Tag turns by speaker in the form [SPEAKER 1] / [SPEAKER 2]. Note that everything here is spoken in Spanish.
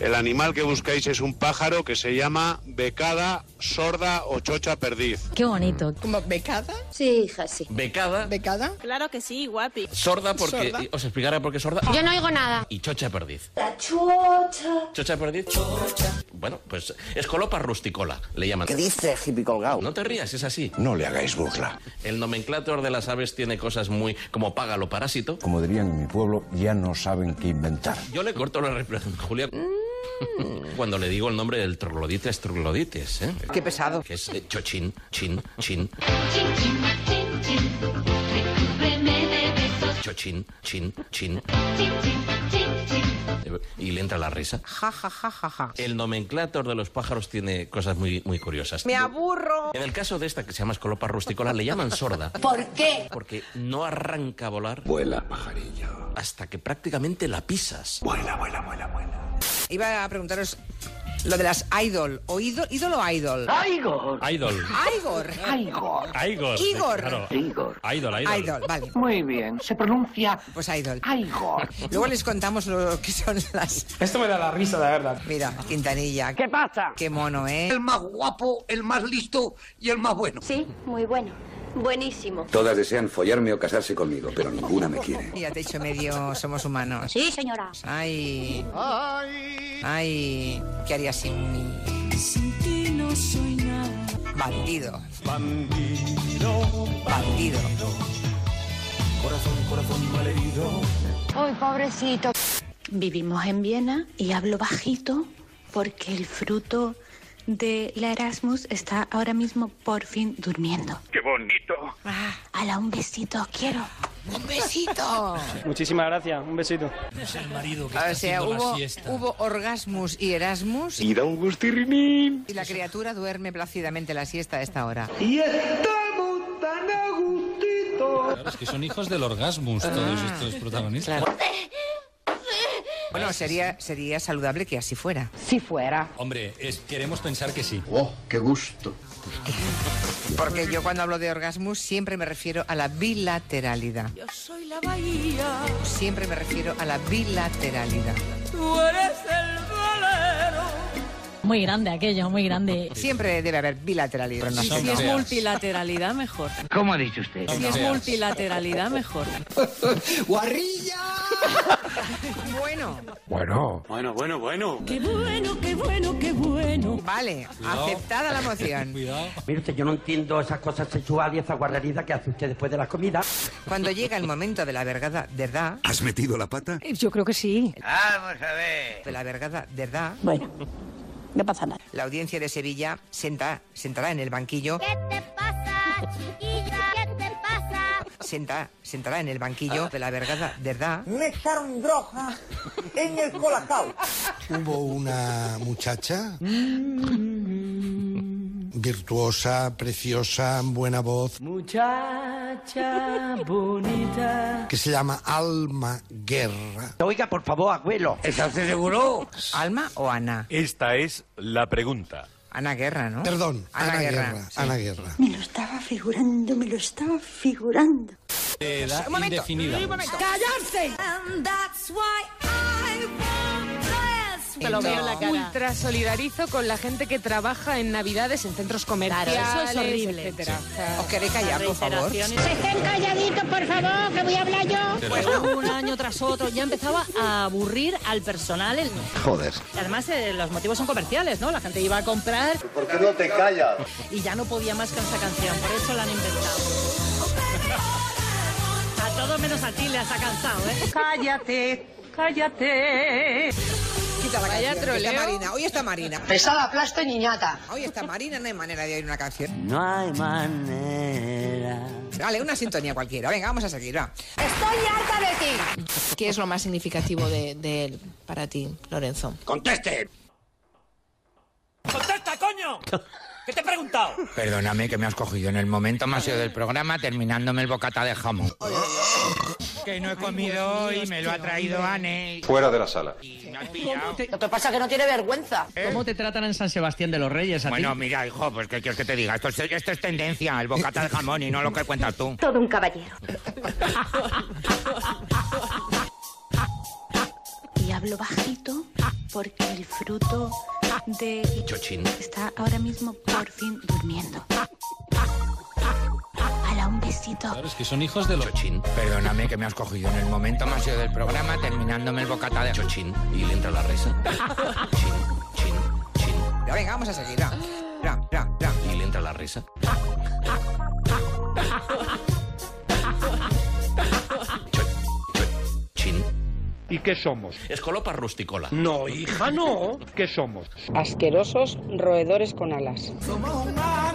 [SPEAKER 1] El animal que buscáis es un pájaro que se llama becada, sorda o chocha perdiz.
[SPEAKER 2] Qué bonito.
[SPEAKER 3] ¿Como becada?
[SPEAKER 4] Sí, hija, sí.
[SPEAKER 5] Becada,
[SPEAKER 3] ¿Becada?
[SPEAKER 6] Claro que sí, guapi.
[SPEAKER 5] sorda porque...
[SPEAKER 3] Sorda.
[SPEAKER 5] Os explicaré por qué sorda.
[SPEAKER 7] Yo no oigo nada.
[SPEAKER 5] Y chocha perdiz.
[SPEAKER 4] La chocha.
[SPEAKER 5] ¿Chocha perdiz? Bueno, pues escolopa rusticola, le llaman.
[SPEAKER 8] ¿Qué dices, Este hippie colgado?
[SPEAKER 5] No te rías, es así.
[SPEAKER 9] No le hagáis burla.
[SPEAKER 5] El nomenclátor de las aves tiene cosas muy como págalo parásito.
[SPEAKER 9] Como dirían en mi pueblo, ya no saben qué inventar.
[SPEAKER 5] Yo le corto la respiración, Julián. Cuando le digo el nombre del troglodite es troglodites, ¿eh?
[SPEAKER 3] Qué pesado.
[SPEAKER 5] Que es eh, chochín, chin, chin.
[SPEAKER 7] Chin, chin, chin, chin. Recúbreme de besos.
[SPEAKER 5] Chochín, chin, chin.
[SPEAKER 7] Chin, chin, chin, chin.
[SPEAKER 5] Eh, Y le entra la risa.
[SPEAKER 3] Ja, ja, ja, ja, ja.
[SPEAKER 5] El nomenclátor de los pájaros tiene cosas muy, muy curiosas.
[SPEAKER 3] Me aburro.
[SPEAKER 5] En el caso de esta que se llama escolopa rusticola, le llaman sorda.
[SPEAKER 4] ¿Por qué?
[SPEAKER 5] Porque no arranca a volar
[SPEAKER 9] Vuela, pajarillo.
[SPEAKER 5] hasta que prácticamente la pisas.
[SPEAKER 9] Vuela, vuela, vuela, vuela.
[SPEAKER 3] Iba a preguntaros lo de las idol. ¿O idol, idol o idol?
[SPEAKER 10] Idol.
[SPEAKER 3] Igor.
[SPEAKER 10] Igor.
[SPEAKER 3] Igor.
[SPEAKER 10] Claro. Idol, idol.
[SPEAKER 3] Idol, vale.
[SPEAKER 8] Muy bien, se pronuncia
[SPEAKER 3] Pues idol.
[SPEAKER 8] Igor.
[SPEAKER 3] Luego les contamos lo que son las...
[SPEAKER 11] Esto me da la risa, la verdad.
[SPEAKER 3] Mira, Quintanilla.
[SPEAKER 8] ¿Qué pasa?
[SPEAKER 3] Qué mono, ¿eh?
[SPEAKER 8] El más guapo, el más listo y el más bueno.
[SPEAKER 7] Sí, muy bueno. Buenísimo.
[SPEAKER 9] Todas desean follarme o casarse conmigo, pero ninguna me quiere.
[SPEAKER 3] Ya te he hecho medio somos humanos.
[SPEAKER 7] Sí, señora.
[SPEAKER 3] Ay. Ay. ¿Qué harías sin mí? Bandido. Bandido.
[SPEAKER 7] Uy, pobrecito. Vivimos en Viena y hablo bajito porque el fruto de la Erasmus está ahora mismo por fin durmiendo. ¡Qué bonito! Ala, un besito, os quiero.
[SPEAKER 3] Un besito.
[SPEAKER 11] Muchísimas gracias, un besito.
[SPEAKER 3] Ah, O sea, hubo, hubo Orgasmus y Erasmus
[SPEAKER 1] Y da un gustirrinín.
[SPEAKER 3] y la criatura duerme plácidamente la siesta a esta hora.
[SPEAKER 10] Claro, es que son hijos del orgasmus todos
[SPEAKER 3] Ah,
[SPEAKER 10] estos protagonistas.
[SPEAKER 3] Bueno, sería, sería saludable que así fuera.
[SPEAKER 4] Si fuera.
[SPEAKER 10] Hombre, es- queremos pensar que sí.
[SPEAKER 8] Oh, qué gusto.
[SPEAKER 3] Porque yo cuando hablo de orgasmus siempre me refiero a la bilateralidad.
[SPEAKER 6] Yo soy la bahía,
[SPEAKER 3] Siempre me refiero a la bilateralidad.
[SPEAKER 6] tú eres el bolero.
[SPEAKER 2] Muy grande aquello, muy grande.
[SPEAKER 3] Siempre debe haber bilateralidad.
[SPEAKER 10] Sí,
[SPEAKER 3] Pero
[SPEAKER 10] sí,
[SPEAKER 3] no.
[SPEAKER 10] es muy-
[SPEAKER 6] multilateralidad, mejor.
[SPEAKER 8] ¿Cómo ha dicho usted?
[SPEAKER 10] Si es
[SPEAKER 6] multilateralidad, mejor.
[SPEAKER 8] ¡Guarrilla!
[SPEAKER 3] Bueno,
[SPEAKER 9] Bueno.
[SPEAKER 1] Bueno, bueno, bueno.
[SPEAKER 6] Qué bueno, qué bueno, qué bueno.
[SPEAKER 3] vale,
[SPEAKER 10] Cuidado.
[SPEAKER 3] aceptada la moción.
[SPEAKER 10] Cuidado.
[SPEAKER 8] Mire usted, yo no entiendo esas cosas sexuales y esas guarrerías que hace usted después de las comidas.
[SPEAKER 3] Cuando llega el momento de la vergada, ¿verdad?
[SPEAKER 9] ¿Has metido la pata?
[SPEAKER 2] Eh, Yo creo que sí.
[SPEAKER 3] De la vergada, ¿verdad?
[SPEAKER 4] Bueno, no pasa nada.
[SPEAKER 3] La audiencia de Sevilla senta, sentará en el banquillo,
[SPEAKER 7] ¿Qué te pasa, chiquilla? ¿Qué te pasa?
[SPEAKER 3] senta, sentará en el banquillo de la vergada, ¿verdad?
[SPEAKER 8] Me echaron droga en el colacao. Hubo una muchacha virtuosa, preciosa, buena voz,
[SPEAKER 6] Muchacha bonita.
[SPEAKER 8] que se llama Alma Guerra.
[SPEAKER 11] Oiga, por favor, abuelo.
[SPEAKER 8] ¿Estás seguro?
[SPEAKER 3] ¿Alma o Ana?
[SPEAKER 9] Esta es la pregunta.
[SPEAKER 3] Ana Guerra, ¿no?
[SPEAKER 8] Perdón,
[SPEAKER 3] Ana, Guerra. Sí.
[SPEAKER 8] Ana Guerra.
[SPEAKER 4] Me lo estaba figurando, me lo estaba figurando.
[SPEAKER 10] De edad
[SPEAKER 3] Un momento,
[SPEAKER 10] indefinida.
[SPEAKER 3] un momento.
[SPEAKER 6] Te lo veo en la cara.
[SPEAKER 3] Ultra
[SPEAKER 7] solidarizo con la gente que trabaja en Navidades en centros
[SPEAKER 6] Claro,
[SPEAKER 7] comerciales.
[SPEAKER 6] eso es horrible.
[SPEAKER 3] ¿Os queréis callar, por favor?
[SPEAKER 7] Estén calladitos, por favor, que voy a hablar yo.
[SPEAKER 6] Pues un año tras otro ya empezaba a aburrir al personal. el-
[SPEAKER 8] Joder.
[SPEAKER 6] Además, eh, los motivos son comerciales, ¿no? La gente iba a comprar
[SPEAKER 8] ¿Por qué no te callas?
[SPEAKER 6] y ya no podía más con esa canción. Por eso la han inventado. A todo menos a ti le has cansado, ¿eh?
[SPEAKER 4] Cállate, cállate.
[SPEAKER 3] Quita la canción, que está Marina. Hoy está Marina.
[SPEAKER 4] Pesada, plasta niñata.
[SPEAKER 3] Hoy está Marina, no hay manera de oír una canción.
[SPEAKER 8] No hay manera.
[SPEAKER 3] Vale, una sintonía cualquiera. Venga, vamos a seguir, va.
[SPEAKER 4] Estoy harta de ti.
[SPEAKER 6] ¿Qué es lo más significativo de, él para ti, Lorenzo?
[SPEAKER 8] ¡Conteste!
[SPEAKER 11] ¡Contesta, coño! ¿Qué te he preguntado?
[SPEAKER 8] Perdóname que me has cogido en el momento más ácido del programa terminándome el bocata de jamón. Que no he comido hoy, me lo ha traído Anne.
[SPEAKER 9] Fuera de la sala.
[SPEAKER 8] Y me has pillado.
[SPEAKER 4] Lo que pasa es que no tiene vergüenza.
[SPEAKER 8] ¿Cómo
[SPEAKER 6] te tratan en San Sebastián de los Reyes a
[SPEAKER 8] Bueno, mira, hijo, pues qué quieres que te diga. Esto es, esto es tendencia, el bocata de jamón y no lo que cuentas tú.
[SPEAKER 7] Todo un caballero. y hablo bajito porque el fruto de
[SPEAKER 12] Chochín.
[SPEAKER 7] está ahora mismo por fin durmiendo. Hala, un besito.
[SPEAKER 5] Claro, es que son hijos de los... Chochín. Perdóname que me has cogido en el momento más ido del programa terminándome el bocata de... Chochín. Y le entra la risa.
[SPEAKER 13] Pero venga, vamos a seguir. va. Ra, ra, ra.
[SPEAKER 12] Y le entra la risa. Chin.
[SPEAKER 8] ¿Y qué somos?
[SPEAKER 12] Escolopa rusticola.
[SPEAKER 8] No, hija, no. ¿Qué somos?
[SPEAKER 3] Asquerosos roedores con alas.
[SPEAKER 8] Somos un